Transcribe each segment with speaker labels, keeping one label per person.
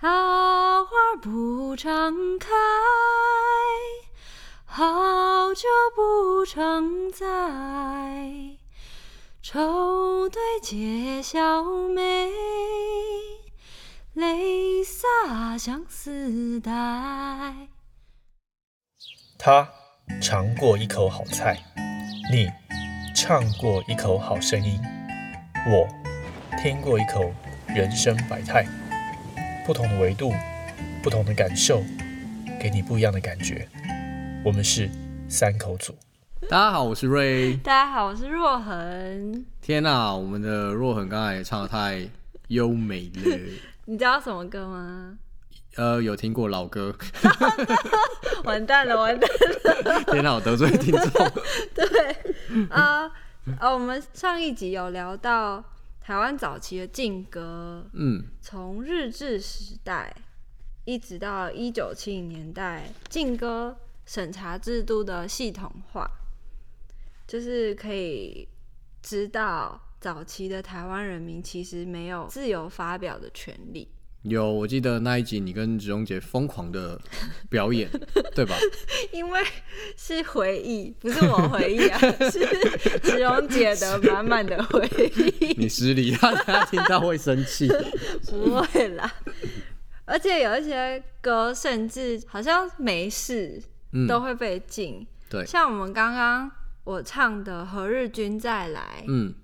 Speaker 1: 桃花不常开，好酒不常在，愁对解笑眉，泪洒相思带。
Speaker 2: 他尝过一口好菜，你唱过一口好声音，我听过一口人生百态，不同的维度，不同的感受，给你不一样的感觉。我们是三口组，
Speaker 3: 大家好，我是瑞。
Speaker 1: 大家好，我是若恒。
Speaker 3: 天呐、我们的若恒刚才唱的太优美了。
Speaker 1: 你知道什么歌 吗？
Speaker 3: 呃，有听过老歌？
Speaker 1: 完蛋了，完蛋了。
Speaker 3: 天呐、我得罪听众。
Speaker 1: 对，啊、呃，我们上一集有聊到台湾早期的禁歌，
Speaker 3: 嗯，
Speaker 1: 从日治时代一直到一九七零年代，禁歌审查制度的系统化，就是可以知道早期的台湾人民其实没有自由发表的权利。
Speaker 3: 有，我记得那一集你跟子荣姐疯狂的表演，对 吧？
Speaker 1: 因为是回忆，不是我回忆啊，是植荣姐的满满的回忆。
Speaker 3: 你失礼，大家听到会 生气。
Speaker 1: 不会啦，而且有一些歌甚至好像没事
Speaker 3: 嗯，
Speaker 1: 都会被禁，
Speaker 3: 对，
Speaker 1: 像我们刚刚我唱的《何日君再来》，
Speaker 3: 嗯，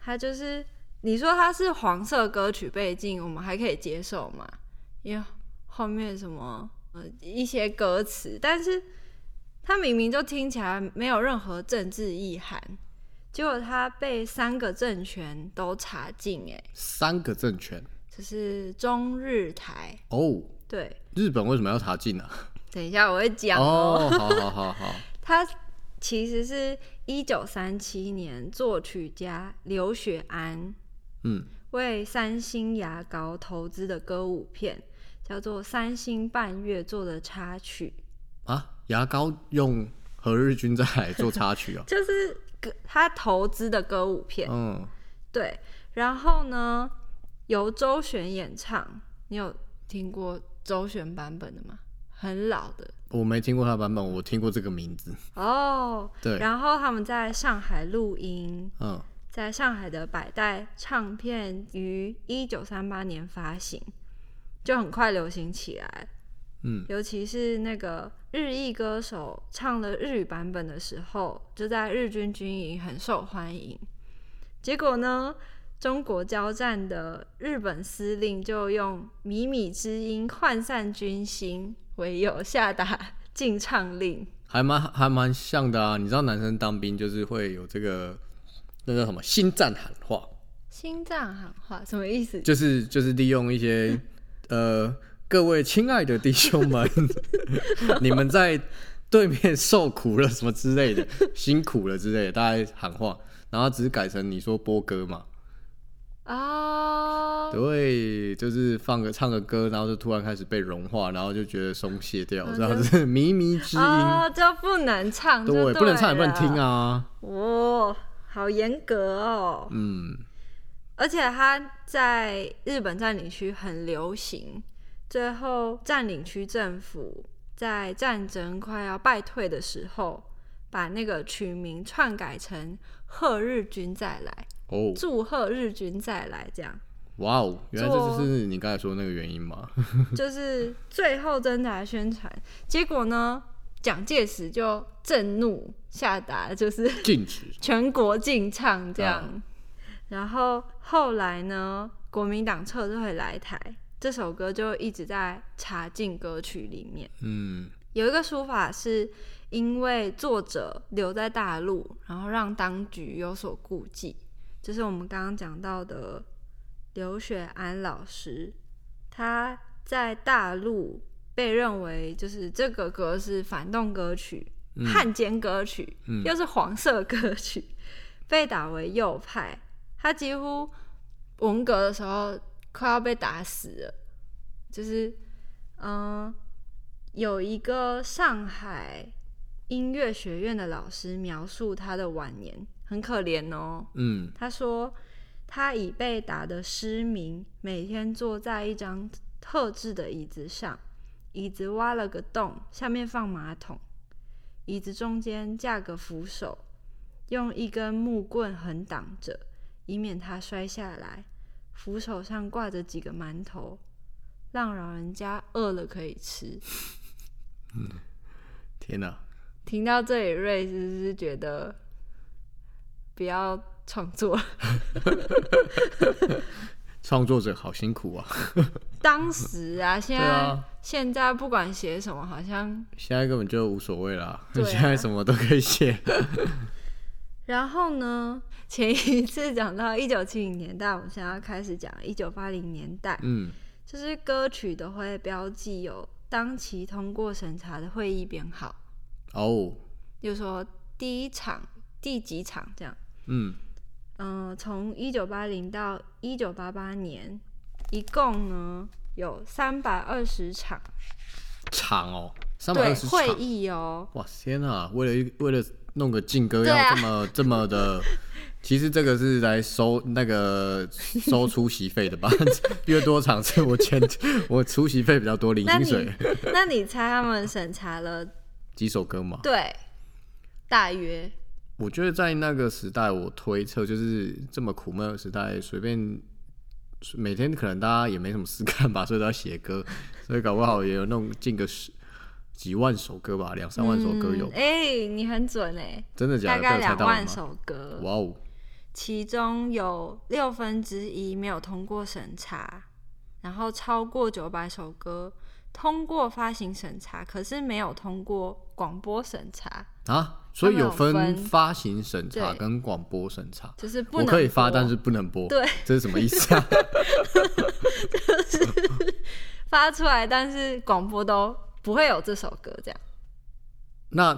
Speaker 1: 它就是你说它是黄色歌曲被禁，我们还可以接受嘛？因为后面什么呃一些歌词，但是它明明就听起来没有任何政治意涵，结果它被三个政权都查禁、哎，
Speaker 3: 三个政权
Speaker 1: 就是中日台
Speaker 3: 哦。
Speaker 1: 对。
Speaker 3: 日本为什么要查禁呢、啊
Speaker 1: 等一下，我会讲哦。
Speaker 3: 哦，好好好好，
Speaker 1: 他其实是一九三七年作曲家刘雪庵
Speaker 3: 嗯，
Speaker 1: 为三星牙膏投资的歌舞片，叫做《三星半月》做的插曲，
Speaker 3: 啊，牙膏用何日君再来做插曲 哦。
Speaker 1: 就是歌他投资的歌舞片。
Speaker 3: 嗯，
Speaker 1: 对，然后呢，由周璇演唱，你有听过周璇版本的吗？很老的
Speaker 3: 我没听过他的版本，我听过这个名字。
Speaker 1: 哦。
Speaker 3: 对，
Speaker 1: 然后他们在上海录音，
Speaker 3: 嗯，
Speaker 1: 在上海的百代唱片于一九三八年发行，就很快流行起来。
Speaker 3: 嗯，
Speaker 1: 尤其是那个日裔歌手唱了日语版本的时候，就在日军军营很受欢迎。结果呢，中国交战的日本司令就用靡靡之音涣散军心为由下达 禁唱令。
Speaker 3: 还蛮还蛮像的啊。你知道男生当兵就是会有这个那叫什么心战喊话，
Speaker 1: 心脏喊话什么意思？
Speaker 3: 就是就是利用一些呃各位亲爱的弟兄们， 你们在对面受苦了什么之类的，辛苦了之类的，大概喊话，然后只是改成你说播歌嘛，
Speaker 1: 哦、
Speaker 3: 对，就是放个唱个歌，然后就突然开始被融化，然后就觉得松懈掉，
Speaker 1: 嗯
Speaker 3: 这样子 靡靡之音。
Speaker 1: 哦，就不能唱就
Speaker 3: 对，
Speaker 1: 对，
Speaker 3: 不能唱也不能听。啊。
Speaker 1: 哦，好严格哦。
Speaker 3: 嗯，
Speaker 1: 而且它在日本占领区很流行，最后占领区政府在战争快要败退的时候，把那个曲名篡改成“贺日军再来”，
Speaker 3: 哦，
Speaker 1: 祝贺日军再来，这 样
Speaker 3: 哇哦，原来这
Speaker 1: 做
Speaker 3: 就是你刚才说的那个原因嘛。
Speaker 1: 就是最后真的来宣传。结果呢，蒋介石就震怒，下达就是
Speaker 3: 禁止。
Speaker 1: 全国禁唱这样。
Speaker 3: 嗯
Speaker 1: 然后后来呢，国民党撤退来台，这首歌就一直在查禁歌曲里面。
Speaker 3: 嗯，
Speaker 1: 有一个说法是因为作者留在大陆，然后让当局有所顾忌，就是我们刚刚讲到的刘雪庵老师，他在大陆被认为就是这个歌是反动歌曲、
Speaker 3: 嗯
Speaker 1: 汉奸歌曲，
Speaker 3: 嗯
Speaker 1: 又是黄色歌曲， 被打为右派，他几乎文革的时候快要被打死了，就是嗯。有一个上海音乐学院的老师描述他的晚年，很可怜哦。
Speaker 3: 嗯，
Speaker 1: 他说，他已被打得失明，每天坐在一张克制的椅子上，椅子挖了个洞，下面放马桶，椅子中间架个扶手，用一根木棍横挡着，以免它摔下来。扶手上挂着几个馒头，让老人家饿了可以吃。
Speaker 3: 天哪、
Speaker 1: 听到这里，瑞是不是觉得不要创作？
Speaker 3: 创作者好辛苦啊！
Speaker 1: 当时啊，现在、
Speaker 3: 对啊
Speaker 1: 现在不管写什么，好像
Speaker 3: 现在根本就无所谓啦，
Speaker 1: 对啊
Speaker 3: 现在什么都可以写。
Speaker 1: 然后呢，前一次讲到一九七零年代，我们现在要开始讲一九八零年代，
Speaker 3: 嗯，
Speaker 1: 就是歌曲都会标记有当期通过审查的会议编号，
Speaker 3: 哦，
Speaker 1: 比如说第一场、第几场这样。
Speaker 3: 嗯，
Speaker 1: 嗯、从一九八零到一九八八年，一共呢有三百二十场
Speaker 3: 长哦，三百
Speaker 1: 对
Speaker 3: 二十
Speaker 1: 会
Speaker 3: 场，
Speaker 1: 议哦，
Speaker 3: 哇，天啊！为了一为了弄个劲歌
Speaker 1: 对
Speaker 3: 要
Speaker 1: 啊
Speaker 3: 这么、这么 的，其实这个是来收那个收出席费的吧？ 越多场次我钱 我出席费比较多，零
Speaker 1: 那
Speaker 3: 薪
Speaker 1: 你
Speaker 3: 水
Speaker 1: 那你猜他们审查了
Speaker 3: 几首歌嘛。
Speaker 1: 对大约
Speaker 3: 我觉得在那个时代，我推测就是这么苦闷的时代，随便每天可能大家也没什么事干吧， 所以都要写歌，所以搞不好也有弄进个十几万首歌吧，两三万首歌有，
Speaker 1: 嗯哎、你很准哎、
Speaker 3: 真的假
Speaker 1: 大概
Speaker 3: 的？被我猜
Speaker 1: 两
Speaker 3: 到了
Speaker 1: 万
Speaker 3: 吗？
Speaker 1: 首歌，
Speaker 3: 哇哦，
Speaker 1: 其中有六分之一没有通过审查，然后超过九百首歌通过发行审查，可是没有通过广播审查，
Speaker 3: 啊，所以有
Speaker 1: 他们有
Speaker 3: 分
Speaker 1: 分
Speaker 3: 发行审查
Speaker 1: 对
Speaker 3: 跟广播审查，
Speaker 1: 就是不
Speaker 3: 我
Speaker 1: 能
Speaker 3: 可以发，
Speaker 1: 播
Speaker 3: 但是不能播，
Speaker 1: 对，
Speaker 3: 这是什么意思啊？
Speaker 1: 发出来，但是广播都不会有这首歌，这样
Speaker 3: 那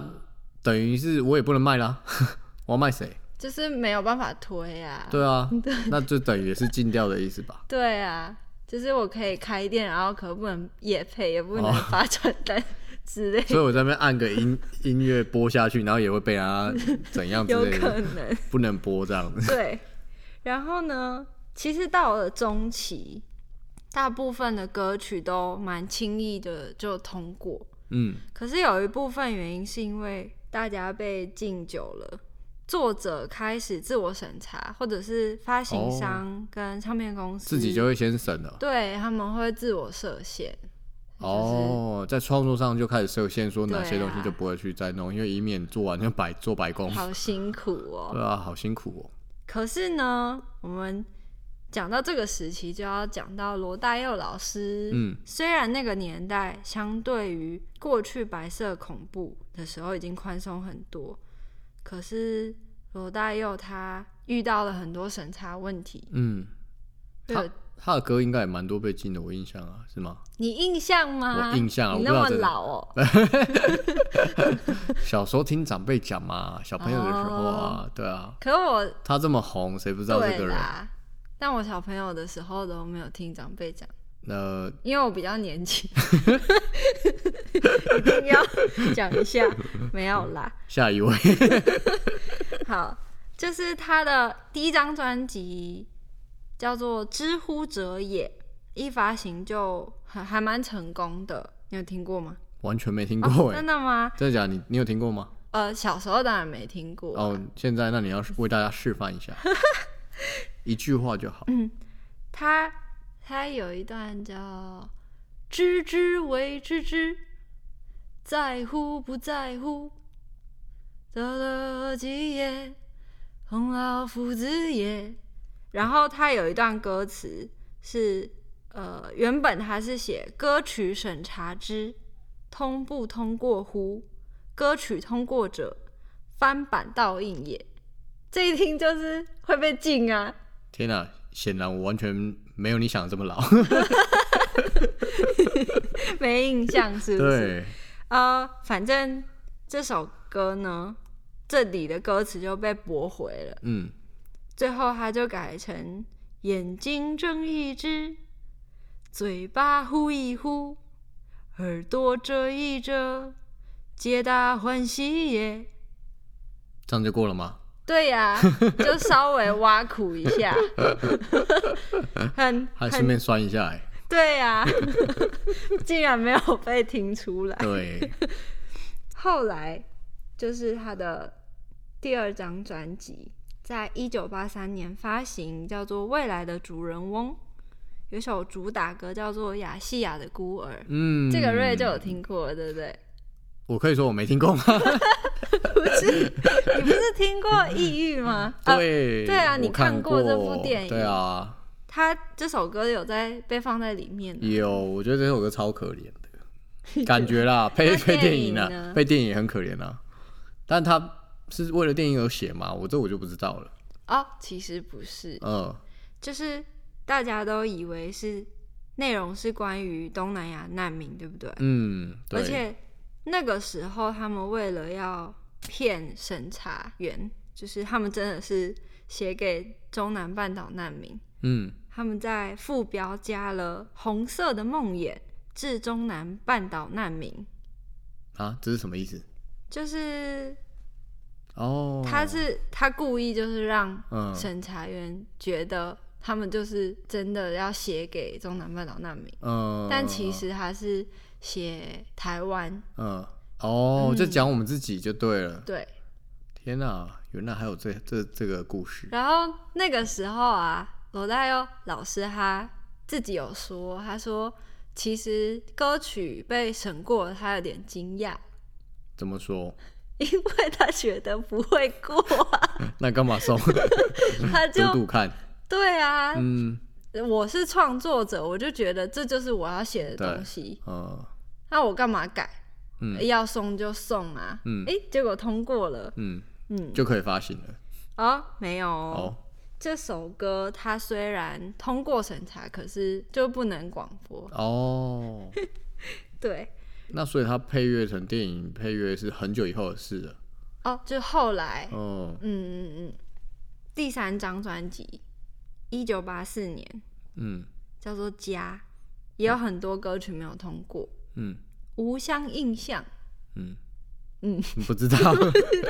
Speaker 3: 等于是我也不能卖啦， 我要卖谁？
Speaker 1: 就是没有办法推啊。
Speaker 3: 对啊，那就等于也是禁掉的意思吧。
Speaker 1: 对啊，就是我可以开店，然后可不能夜配，也不能
Speaker 3: 哦
Speaker 1: 发传单之类，
Speaker 3: 所以我在那边按个音音乐播下去，然后也会被他怎样之
Speaker 1: 有
Speaker 3: 类
Speaker 1: 可
Speaker 3: 的，
Speaker 1: 能。
Speaker 3: 不能播这样子。
Speaker 1: 对，然后呢，其实到了中期，大部分的歌曲都蛮轻易的就通过，
Speaker 3: 嗯，
Speaker 1: 可是有一部分原因是因为大家被禁酒了。作者开始自我审查，或者是发行
Speaker 3: 哦
Speaker 1: 商跟唱片公司
Speaker 3: 自己就会先审了。
Speaker 1: 对他们会自我设限，嗯
Speaker 3: 哦，在创作上就开始设限，说哪些
Speaker 1: 对啊
Speaker 3: 东西就不会去再弄，因为以免做完就白做白工。
Speaker 1: 好辛苦哦。
Speaker 3: 对啊，好辛苦
Speaker 1: 可是呢，我们讲到这个时期，就要讲到罗大佑老师。
Speaker 3: 嗯，
Speaker 1: 虽然那个年代相对于过去白色恐怖的时候已经宽松很多，可是罗大佑他遇到了很多审查问题
Speaker 3: 哦。。嗯，他
Speaker 1: 对，
Speaker 3: 他的歌应该也蛮多被禁的，我印象啊，是吗？
Speaker 1: 你印象吗？
Speaker 3: 我印象啊
Speaker 1: 你
Speaker 3: 我不
Speaker 1: 那么
Speaker 3: 知道真的
Speaker 1: 老哦、
Speaker 3: 小时候听长辈讲嘛，小朋友的时候啊，对啊，
Speaker 1: 可 我
Speaker 3: 他这么红，谁不知道这
Speaker 1: 哦对
Speaker 3: 个人？
Speaker 1: 啦，但我小朋友的时候都没有听长辈讲。
Speaker 3: 呃，
Speaker 1: 因为我比较年轻，一定要讲一下，没有啦。
Speaker 3: 下一位，
Speaker 1: 好，就是他的第一张专辑叫做《知乎者也》，一发行就还还蛮成功的，你有听过吗？
Speaker 3: 完全没听过
Speaker 1: 哦、
Speaker 3: 哎、
Speaker 1: 真的吗？
Speaker 3: 真的假的？你你有听过吗？
Speaker 1: 呃，小时候当然没听过。
Speaker 3: 哦，现在那你要为大家示范一下， 一句话就好。
Speaker 1: 他他嗯有一段叫“知之为知之，在乎不在乎，得得即也，鸿老夫子也”。然后他有一段歌词是，呃，原本他是写歌曲审查之通不通过乎，歌曲通过者翻版倒映也。这一听就是会被禁啊！
Speaker 3: 天哪、显然我完全没有你想的这么老。
Speaker 1: 没印象是不是？
Speaker 3: 对，
Speaker 1: 呃，反正这首歌呢，这里的歌词就被驳回了，
Speaker 3: 嗯，
Speaker 1: 最后他就改成“眼睛睁一只，嘴巴呼一呼，耳朵遮一遮，皆大欢喜也”。
Speaker 3: 这样就过了吗？
Speaker 1: 对呀、就稍微挖苦一下，很
Speaker 3: 还
Speaker 1: 很
Speaker 3: 顺便酸一下哎、
Speaker 1: 对呀、 竟然没有被听出来。
Speaker 3: 对，
Speaker 1: 后来就是他的第二张专辑，在一九八三年发行，叫做《未来的主人翁》，有一首主打歌叫做《雅西亚的孤儿》，
Speaker 3: 嗯，
Speaker 1: 这个瑞就有，听过了，对不对？
Speaker 3: 我可以说我没听过吗？
Speaker 1: 不是，你不是听过《抑郁》吗？啊，
Speaker 3: 对，
Speaker 1: 对啊
Speaker 3: 我
Speaker 1: 你
Speaker 3: 看
Speaker 1: 看过这部
Speaker 3: 过
Speaker 1: 电影
Speaker 3: 对啊，
Speaker 1: 他这首歌有在被放在里面的，
Speaker 3: 有，我觉得这首歌超可怜 的感觉啦，配
Speaker 1: 那
Speaker 3: 配
Speaker 1: 电
Speaker 3: 电
Speaker 1: 影
Speaker 3: 影啊
Speaker 1: 呢，
Speaker 3: 配电影也很可怜啊，但他是为了电影而写嘛，我这我就不知道了，
Speaker 1: 哦，其实不是，
Speaker 3: 嗯，
Speaker 1: 就是大家都以为是内容是关于东南亚难民，对不对？
Speaker 3: 嗯，对，
Speaker 1: 而且那个时候他们为了要骗审查员，就是他们真的是写给中南半岛难民，
Speaker 3: 嗯，
Speaker 1: 他们在副标加了“红色的梦魇”致中南半岛难民，
Speaker 3: 啊，这是什么意思？
Speaker 1: 就是
Speaker 3: 哦，
Speaker 1: 他是他故意就是让
Speaker 3: 嗯
Speaker 1: 审查员觉得他们就是真的要写给中南半岛难民，
Speaker 3: 嗯，
Speaker 1: 但其实他是写台湾，
Speaker 3: 嗯，哦，就
Speaker 1: 嗯
Speaker 3: 讲我们自己就对了。
Speaker 1: 对。
Speaker 3: 天哪、原来还有这这这个故事。
Speaker 1: 然后那个时候啊，罗大佑老师他自己有说，他说其实歌曲被审过，他有点惊讶，
Speaker 3: 怎么说？
Speaker 1: 因为他觉得不会 过啊、
Speaker 3: 那干嘛送？
Speaker 1: 他
Speaker 3: 读
Speaker 1: 就
Speaker 3: 读看。
Speaker 1: 对啊，
Speaker 3: 嗯
Speaker 1: 我是创作者，我就觉得这就是我要写的东西，
Speaker 3: 呃
Speaker 1: 那我干嘛改？
Speaker 3: 嗯
Speaker 1: 要送就送啊，
Speaker 3: 嗯
Speaker 1: 诶，结果通过了，
Speaker 3: 嗯，
Speaker 1: 嗯，
Speaker 3: 就可以发行了。
Speaker 1: 哦，没有哦
Speaker 3: 哦，
Speaker 1: 这首歌它虽然通过审查，可是就不能广播，
Speaker 3: 哦，
Speaker 1: 对，
Speaker 3: 那所以它配乐成电影配乐是很久以后的事了。
Speaker 1: 哦，就后来，
Speaker 3: 哦，
Speaker 1: 嗯嗯嗯，第三张专辑，一九八四年
Speaker 3: 嗯
Speaker 1: 叫做《家》，也有很多歌曲没有通过，
Speaker 3: 嗯
Speaker 1: 无相印象》
Speaker 3: 嗯
Speaker 1: 嗯，
Speaker 3: 不知道，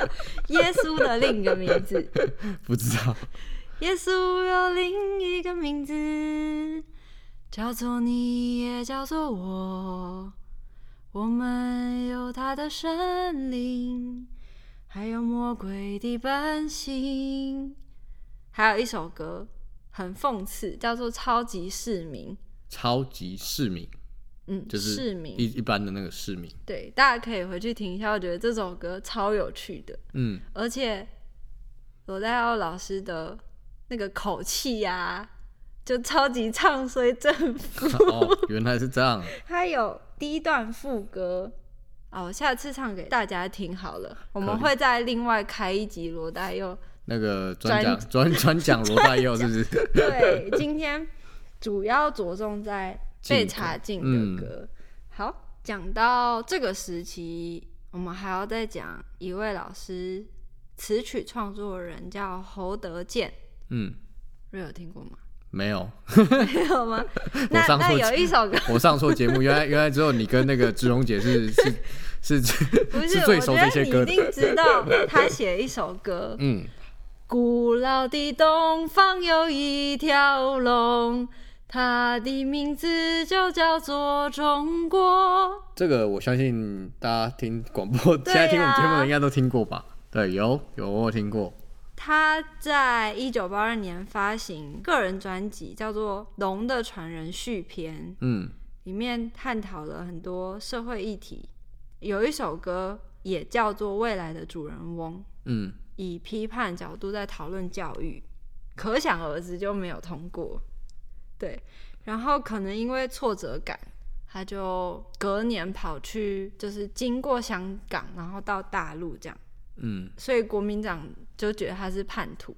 Speaker 1: 耶稣的另一个名字，
Speaker 3: 不知道。
Speaker 1: 耶稣有另一个名字，叫做你，也叫做我。我们有他的神灵，还有魔鬼的本性。还有一首歌很讽刺，叫做《超级市民》。
Speaker 3: 超级市民
Speaker 1: 嗯，
Speaker 3: 就是
Speaker 1: 市
Speaker 3: 一
Speaker 1: 民。
Speaker 3: 一般的那个市民。
Speaker 1: 对，大家可以回去听一下，我觉得这首歌超有趣的，
Speaker 3: 嗯，
Speaker 1: 而且罗大佑老师的那个口气呀、就超级唱衰政府。
Speaker 3: 哦， 原来是这样啊。
Speaker 1: 他有第一段副歌，哦，我下次唱给大家听好了。我
Speaker 3: 可
Speaker 1: 们
Speaker 3: 以
Speaker 1: 会再另外开一集罗大佑。
Speaker 3: 那个专讲专专讲罗大佑是不是？
Speaker 1: 对，今天主要着重在被查禁
Speaker 3: 嗯
Speaker 1: 的歌。好，讲到这个时期，我们还要再讲一位老师，词曲创作人叫侯德健，
Speaker 3: 嗯，
Speaker 1: 瑞有听过吗？
Speaker 3: 没有。
Speaker 1: 没有 吗？那
Speaker 3: 上
Speaker 1: 那
Speaker 3: 错
Speaker 1: 有一首歌，
Speaker 3: 我上错节目，原来原来只有你跟那个志荣姐是 是是
Speaker 1: 不
Speaker 3: 是
Speaker 1: 是，
Speaker 3: 最
Speaker 1: 我
Speaker 3: 熟
Speaker 1: 觉
Speaker 3: 这
Speaker 1: 得
Speaker 3: 些
Speaker 1: 你
Speaker 3: 歌
Speaker 1: 一定
Speaker 3: 的。
Speaker 1: 知道他写一首歌，
Speaker 3: 嗯，
Speaker 1: 古老的东方有一条龙，它的名字就叫做中国。
Speaker 3: 这个我相信大家听广播，
Speaker 1: 对
Speaker 3: 现
Speaker 1: 啊
Speaker 3: 在听我们节目的应该都听过吧？对，有有我有听过。
Speaker 1: 他在一九八二年发行个人专辑，叫做《龙的传人》续篇，
Speaker 3: 嗯，
Speaker 1: 里面探讨了很多社会议题。有一首歌也叫做《未来的主人翁》，
Speaker 3: 嗯，
Speaker 1: 以批判角度在讨论教育，可想而知就没有通过。对，然后可能因为挫折感，他就隔年跑去，就是经过香港，然后到大陆这样，
Speaker 3: 嗯，
Speaker 1: 所以国民党就觉得他是叛徒。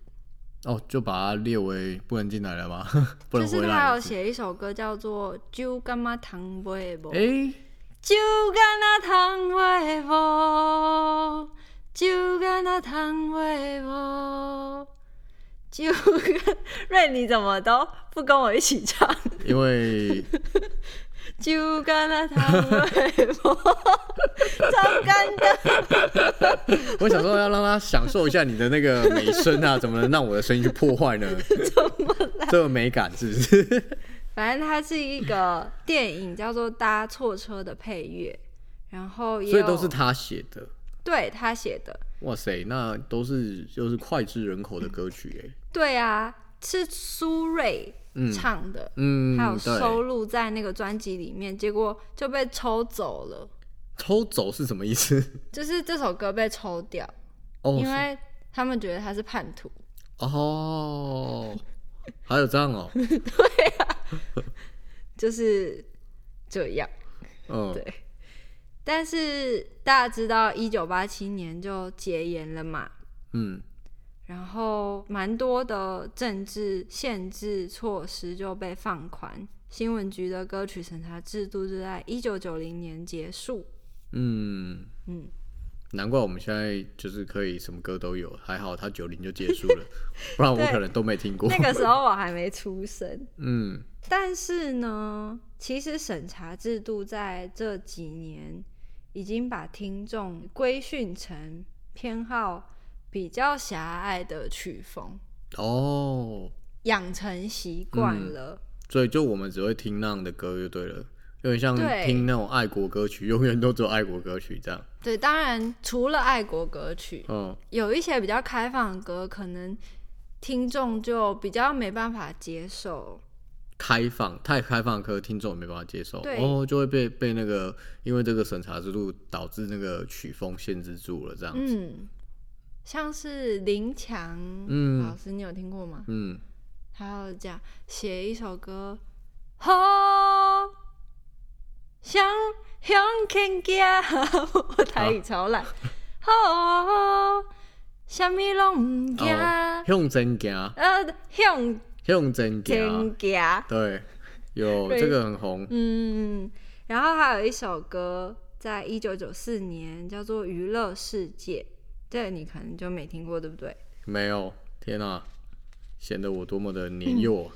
Speaker 3: 哦，就把它列为不能进来了吧？ 不
Speaker 1: 就
Speaker 3: 能
Speaker 1: 是
Speaker 3: 回
Speaker 1: 他
Speaker 3: 来
Speaker 1: 有。写一首歌叫做《酒干嘛糖杯无》，
Speaker 3: 哎，
Speaker 1: 酒干那糖杯无，酒干那糖杯无，酒干。瑞，你怎么都不跟我一起唱？
Speaker 3: 因为
Speaker 1: 酒干那糖杯无， 超干的。
Speaker 3: 我想说要让他享受一下你的那个 美声啊，怎么能让我的声音去破坏呢？这么美感是不是？
Speaker 1: 反正它是一个电影，叫做《搭错车》的配乐，然后也
Speaker 3: 所以都
Speaker 1: 有
Speaker 3: 是他写的。
Speaker 1: 对他写的，
Speaker 3: 哇塞，那都是就是脍炙人口的歌曲哎。
Speaker 1: 对啊，是苏芮
Speaker 3: 嗯
Speaker 1: 唱的，
Speaker 3: 嗯，
Speaker 1: 还有
Speaker 3: 对
Speaker 1: 收录在那个专辑里面，结果就被抽走了，
Speaker 3: 抽走是什么意思？
Speaker 1: 就是这首歌被抽掉，
Speaker 3: 哦，
Speaker 1: 因
Speaker 3: 是
Speaker 1: 为他们觉得他是叛徒。
Speaker 3: 哦，还有这样哦，
Speaker 1: 就是这样。
Speaker 3: 嗯，
Speaker 1: 对但是大家知道，一九八七年就解严了嘛，
Speaker 3: 嗯，
Speaker 1: 然后蛮多的政治限制措施就被放宽，新闻局的歌曲审查制度就在一九九零年结束。
Speaker 3: 嗯，
Speaker 1: 嗯，
Speaker 3: 难怪我们现在就是可以什么歌都有，还好他九零就结束了，不然我
Speaker 1: 对
Speaker 3: 可能都没听过。
Speaker 1: 那个时候我还没出生，
Speaker 3: 嗯，
Speaker 1: 但是呢，其实审查制度在这几年已经把听众规训成偏好比较狭隘的曲风，
Speaker 3: 哦，
Speaker 1: 养成习惯
Speaker 3: 嗯
Speaker 1: 了。
Speaker 3: 所以就我们只会听那样的歌就对了，有点像
Speaker 1: 对
Speaker 3: 听那种爱国歌曲，永远都只有爱国歌曲这样。
Speaker 1: 对，当然除了爱国歌曲，
Speaker 3: 嗯，
Speaker 1: 有一些比较开放的歌，可能听众就比较没办法接受。
Speaker 3: 开放太开放的歌，听众也没办法接受，
Speaker 1: 对
Speaker 3: 哦，就会被被那个因为这个审查制度导致那个曲风限制住了这样子。
Speaker 1: 嗯，像是林强、
Speaker 3: 嗯
Speaker 1: 老师，你有听过吗？
Speaker 3: 嗯
Speaker 1: 他要讲写一首歌，吼，想向天行，我 台语超烂，吼，什么拢唔惊，
Speaker 3: 哦，向前行，
Speaker 1: 呃，向
Speaker 3: 向前行，
Speaker 1: 天行，
Speaker 3: 对，有这个很红，
Speaker 1: 嗯，然后还有一首歌，在一九九四年叫做《娱乐世界》，这个你可能就没听过，对不对？
Speaker 3: 没有，天哪、显得我多么的年幼啊、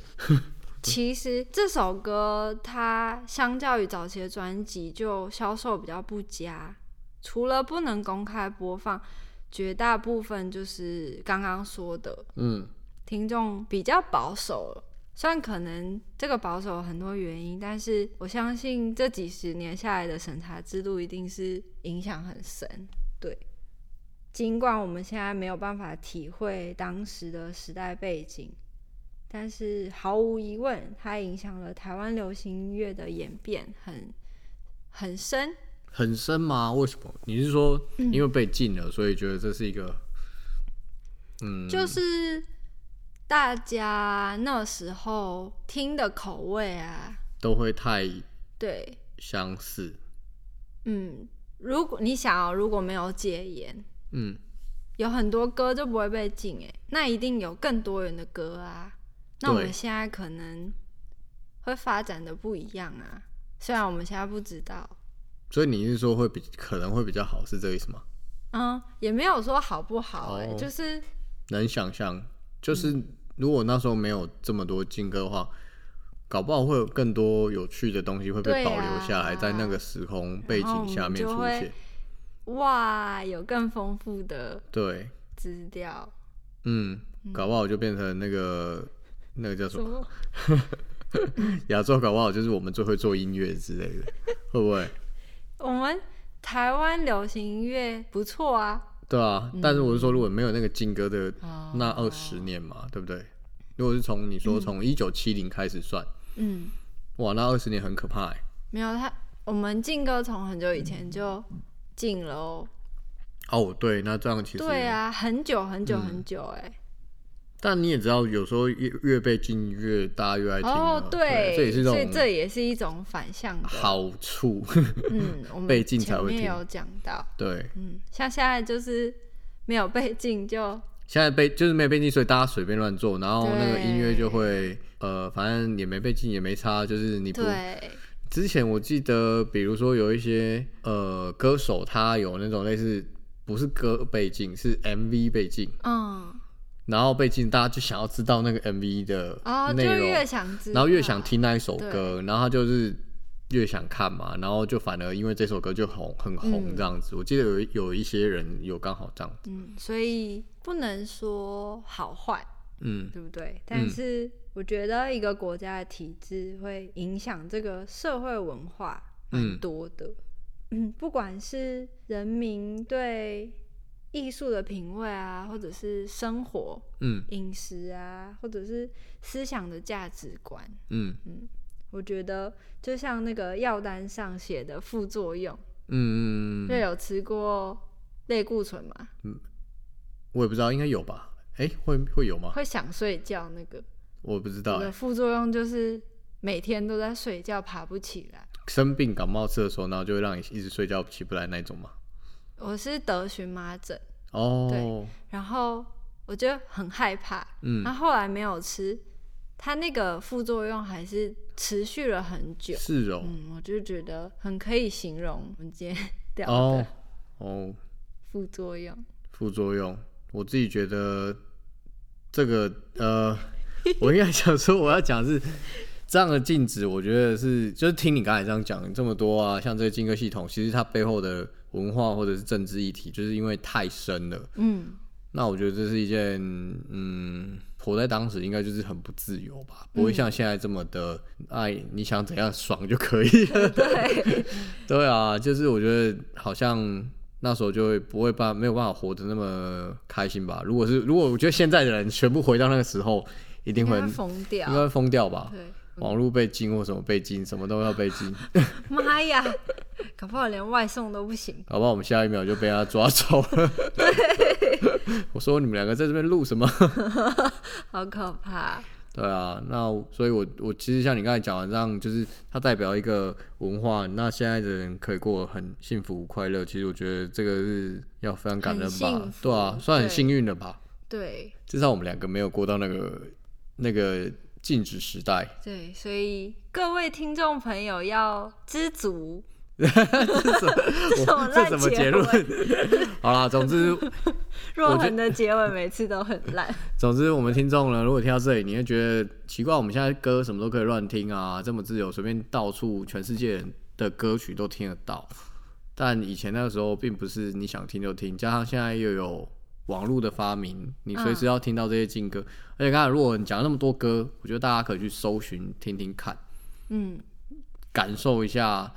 Speaker 1: 其实这首歌它相较于早期的专辑就销售比较不佳，除了不能公开播放，绝大部分就是刚刚说的
Speaker 3: 嗯，
Speaker 1: 听众比较保守了。虽然可能这个保守有很多原因，但是我相信这几十年下来的审查制度一定是影响很深。对，尽管我们现在没有办法体会当时的时代背景，但是毫无疑问，它影响了台湾流行音乐的演变很很深。
Speaker 3: 很深吗？为什么？你是说
Speaker 1: 嗯
Speaker 3: 因为被禁了，所以觉得这是一个，嗯，
Speaker 1: 就是大家那时候听的口味啊，
Speaker 3: 都会太
Speaker 1: 对，
Speaker 3: 相似，
Speaker 1: 嗯，如果你想、哦，如果没有戒严，
Speaker 3: 嗯，
Speaker 1: 有很多歌就不会被禁哎，那一定有更多元的歌啊。那我
Speaker 3: 对
Speaker 1: 们现在可能会发展的不一样啊，虽然我们现在不知道，
Speaker 3: 所以你是说会比可能会比较好，是这个意思吗？
Speaker 1: 嗯，也没有说好不好哎、
Speaker 3: 哦
Speaker 1: 就是
Speaker 3: 能想象，就是
Speaker 1: 嗯
Speaker 3: 如果那时候没有这么多禁歌的话，搞不好会有更多有趣的东西会被
Speaker 1: 对啊
Speaker 3: 保留下来，在那个时空背景下面
Speaker 1: 然后
Speaker 3: 出
Speaker 1: 我们就
Speaker 3: 现
Speaker 1: 会。哇，有更丰富的
Speaker 3: 对，
Speaker 1: 资料，
Speaker 3: 嗯，搞不好就变成那个那个叫什
Speaker 1: 什
Speaker 3: 么
Speaker 1: 么
Speaker 3: 亚洲，搞不好就是我们最会做音乐之类的，会不会？
Speaker 1: 我们台湾流行音乐不错啊，
Speaker 3: 对啊，但是我是说，如果没有那个禁歌的
Speaker 1: 哦
Speaker 3: 那二十年嘛，对不对？如果是从你说从一九七零开始算，
Speaker 1: 嗯，
Speaker 3: 哇，那二十年很可怕哎。
Speaker 1: 没有他，我们禁歌从很久以前就禁了哦。
Speaker 3: 哦，对，那这样其实
Speaker 1: 对啊，很久很久
Speaker 3: 嗯
Speaker 1: 很久哎、
Speaker 3: 但你也知道，有时候越越被禁越大家越爱听啊、
Speaker 1: 哦，
Speaker 3: 对，这也是
Speaker 1: 所以
Speaker 3: 这
Speaker 1: 这
Speaker 3: 种
Speaker 1: 也是一种反向的。，
Speaker 3: 好处。
Speaker 1: 嗯，我们
Speaker 3: 被禁才会
Speaker 1: 前面
Speaker 3: 听
Speaker 1: 有讲到，
Speaker 3: 对，
Speaker 1: 嗯，像现在就是没有被禁就
Speaker 3: 现在被就是没有被禁，所以大家随便乱做，然后那个
Speaker 1: 对
Speaker 3: 音乐就会呃，反正也没被禁，也没差，就是你不。
Speaker 1: 对，
Speaker 3: 之前我记得，比如说有一些呃歌手，他有那种类似不是歌被禁，是 MV 被禁，
Speaker 1: 嗯，
Speaker 3: 然后被禁，大家就想要知道那个 MV 的
Speaker 1: 哦，就
Speaker 3: 内容，
Speaker 1: 越想知道，
Speaker 3: 然后越想听那一首歌，然后他就是越想看嘛，然后就反而因为这首歌就红很红
Speaker 1: 嗯
Speaker 3: 这样子。我记得有一有一些人有刚好这样，
Speaker 1: 嗯，所以不能说好坏，
Speaker 3: 嗯，
Speaker 1: 对不对？但是我觉得一个国家的体制会影响这个社会文化蛮
Speaker 3: 嗯
Speaker 1: 多的，嗯，不管是人民对艺术的品味啊，或者是生活、
Speaker 3: 嗯
Speaker 1: 饮食啊，或者是思想的价值观，
Speaker 3: 嗯
Speaker 1: 我觉得就像那个药单上写的副作用，
Speaker 3: 嗯嗯，
Speaker 1: 瑞
Speaker 3: 嗯
Speaker 1: 有吃过类固醇吗？
Speaker 3: 我也不知道，应该有吧？哎、会会有吗？
Speaker 1: 会想睡觉那个，
Speaker 3: 我不知道、
Speaker 1: 我的
Speaker 3: 诶
Speaker 1: 副作用就是每天都在睡觉，爬不起来。
Speaker 3: 生病感冒吃的时候，然后就会让你一直睡觉起不来那一种嘛。
Speaker 1: 我是得荨麻疹，
Speaker 3: 哦，
Speaker 1: 然后我就很害怕。
Speaker 3: 嗯
Speaker 1: 那、，后来没有吃，它那个副作用还是持续了很久。
Speaker 3: 是哦，
Speaker 1: 嗯，我就觉得很可以形容我们今天 聊
Speaker 3: 哦
Speaker 1: 的
Speaker 3: 哦，
Speaker 1: 副作用。
Speaker 3: 副作用，我自己觉得这个 呃，我应该想说我要讲的是这样的禁止，我觉得是就是听你刚才这样讲这么多啊，像这个金科系统，其实它背后的文化或者是政治议题，就是因为太深了。
Speaker 1: 嗯
Speaker 3: 那我觉得这是一件，嗯，活在当时应该就是很不自由吧，不会
Speaker 1: 嗯
Speaker 3: 像现在这么的，哎，你想怎样爽就可以 了。
Speaker 1: 对，
Speaker 3: 对啊，就是我觉得好像那时候就会不会办，没有办法活得那么开心吧。如果是如果我觉得现在的人全部回到那个时候，一定
Speaker 1: 因
Speaker 3: 会
Speaker 1: 为疯掉
Speaker 3: 应。该会疯掉吧。
Speaker 1: 对，
Speaker 3: 网络被禁或什么被禁，什么都要被禁，
Speaker 1: 妈呀，搞不好连外送都不行。
Speaker 3: 搞不好我们下一秒就被他抓走了。 我说你们两个在这边录什么？
Speaker 1: 好可怕！
Speaker 3: 对啊，那我所以我，我其实像你刚才讲的这样，就是它代表一个文化。那现在的人可以过得很幸福快乐，其实我觉得这个是要非常感恩
Speaker 1: 很幸
Speaker 3: 吧，
Speaker 1: 福
Speaker 3: 对啊，算很
Speaker 1: 对
Speaker 3: 幸运了吧。
Speaker 1: 对
Speaker 3: 至少我们两个没有过到那个那个禁止时代，
Speaker 1: 对，所以各位听众朋友要知足。 这什么
Speaker 3: 这
Speaker 1: 烂
Speaker 3: 怎么
Speaker 1: 结
Speaker 3: 结论？ 好啦，总之
Speaker 1: 若
Speaker 3: 我觉
Speaker 1: 恒的结尾每次都很 烂。
Speaker 3: 总之，我们听众呢，如果听到这里，你会觉得奇怪，我们现在歌什么都可以乱听啊，这么自由，随便到处全世界的歌曲都听得到。但以前那个时候，并不是你想听就听，加上现在又有网络的发明，你随时要听到这些禁歌。而且刚才如果你讲了那么多歌，我觉得大家可以去搜寻听听看，
Speaker 1: 嗯，
Speaker 3: 感受一下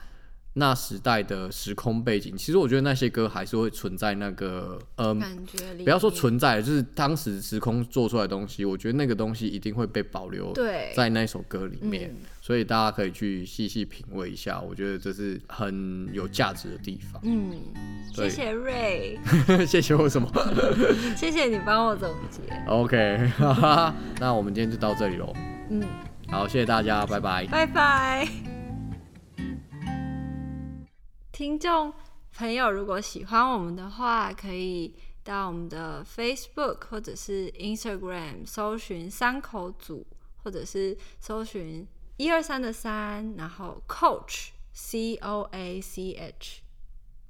Speaker 3: 那时代的时空背景。其实我觉得那些歌还是会存在那个呃
Speaker 1: 感觉里
Speaker 3: 不要说
Speaker 1: 面
Speaker 3: 存在，就是当时时空做出来的东西，我觉得那个东西一定会被保留
Speaker 1: 对
Speaker 3: 在那首歌里面，
Speaker 1: 嗯
Speaker 3: 所以大家可以去细细品味一下，我觉得这是很有价值的地方。
Speaker 1: 嗯，谢
Speaker 3: 对
Speaker 1: 谢瑞，
Speaker 3: 谢谢我什么
Speaker 1: 谢谢你帮我总结。
Speaker 3: ？OK，哈 哈那我们今天就到这里喽。
Speaker 1: 嗯，
Speaker 3: 好，谢谢大家，拜拜。
Speaker 1: 拜拜。听众朋友，如果喜欢我们的话，可以到我们的 Facebook 或者是 Instagram 搜寻“三口组”，或者是搜寻一二三的三，然后 Coach C O A C H。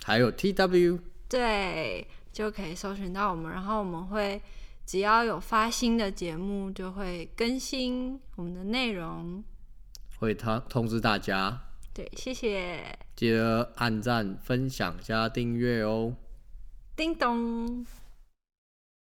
Speaker 3: 还有 TW，
Speaker 1: 对，就可以搜寻到我们。然后我们会只要有发新的节目，就会更新我们的内容。
Speaker 3: 会他通知大家，
Speaker 1: 对，谢谢，
Speaker 3: 记得按赞、分享加订阅哦。
Speaker 1: 叮咚。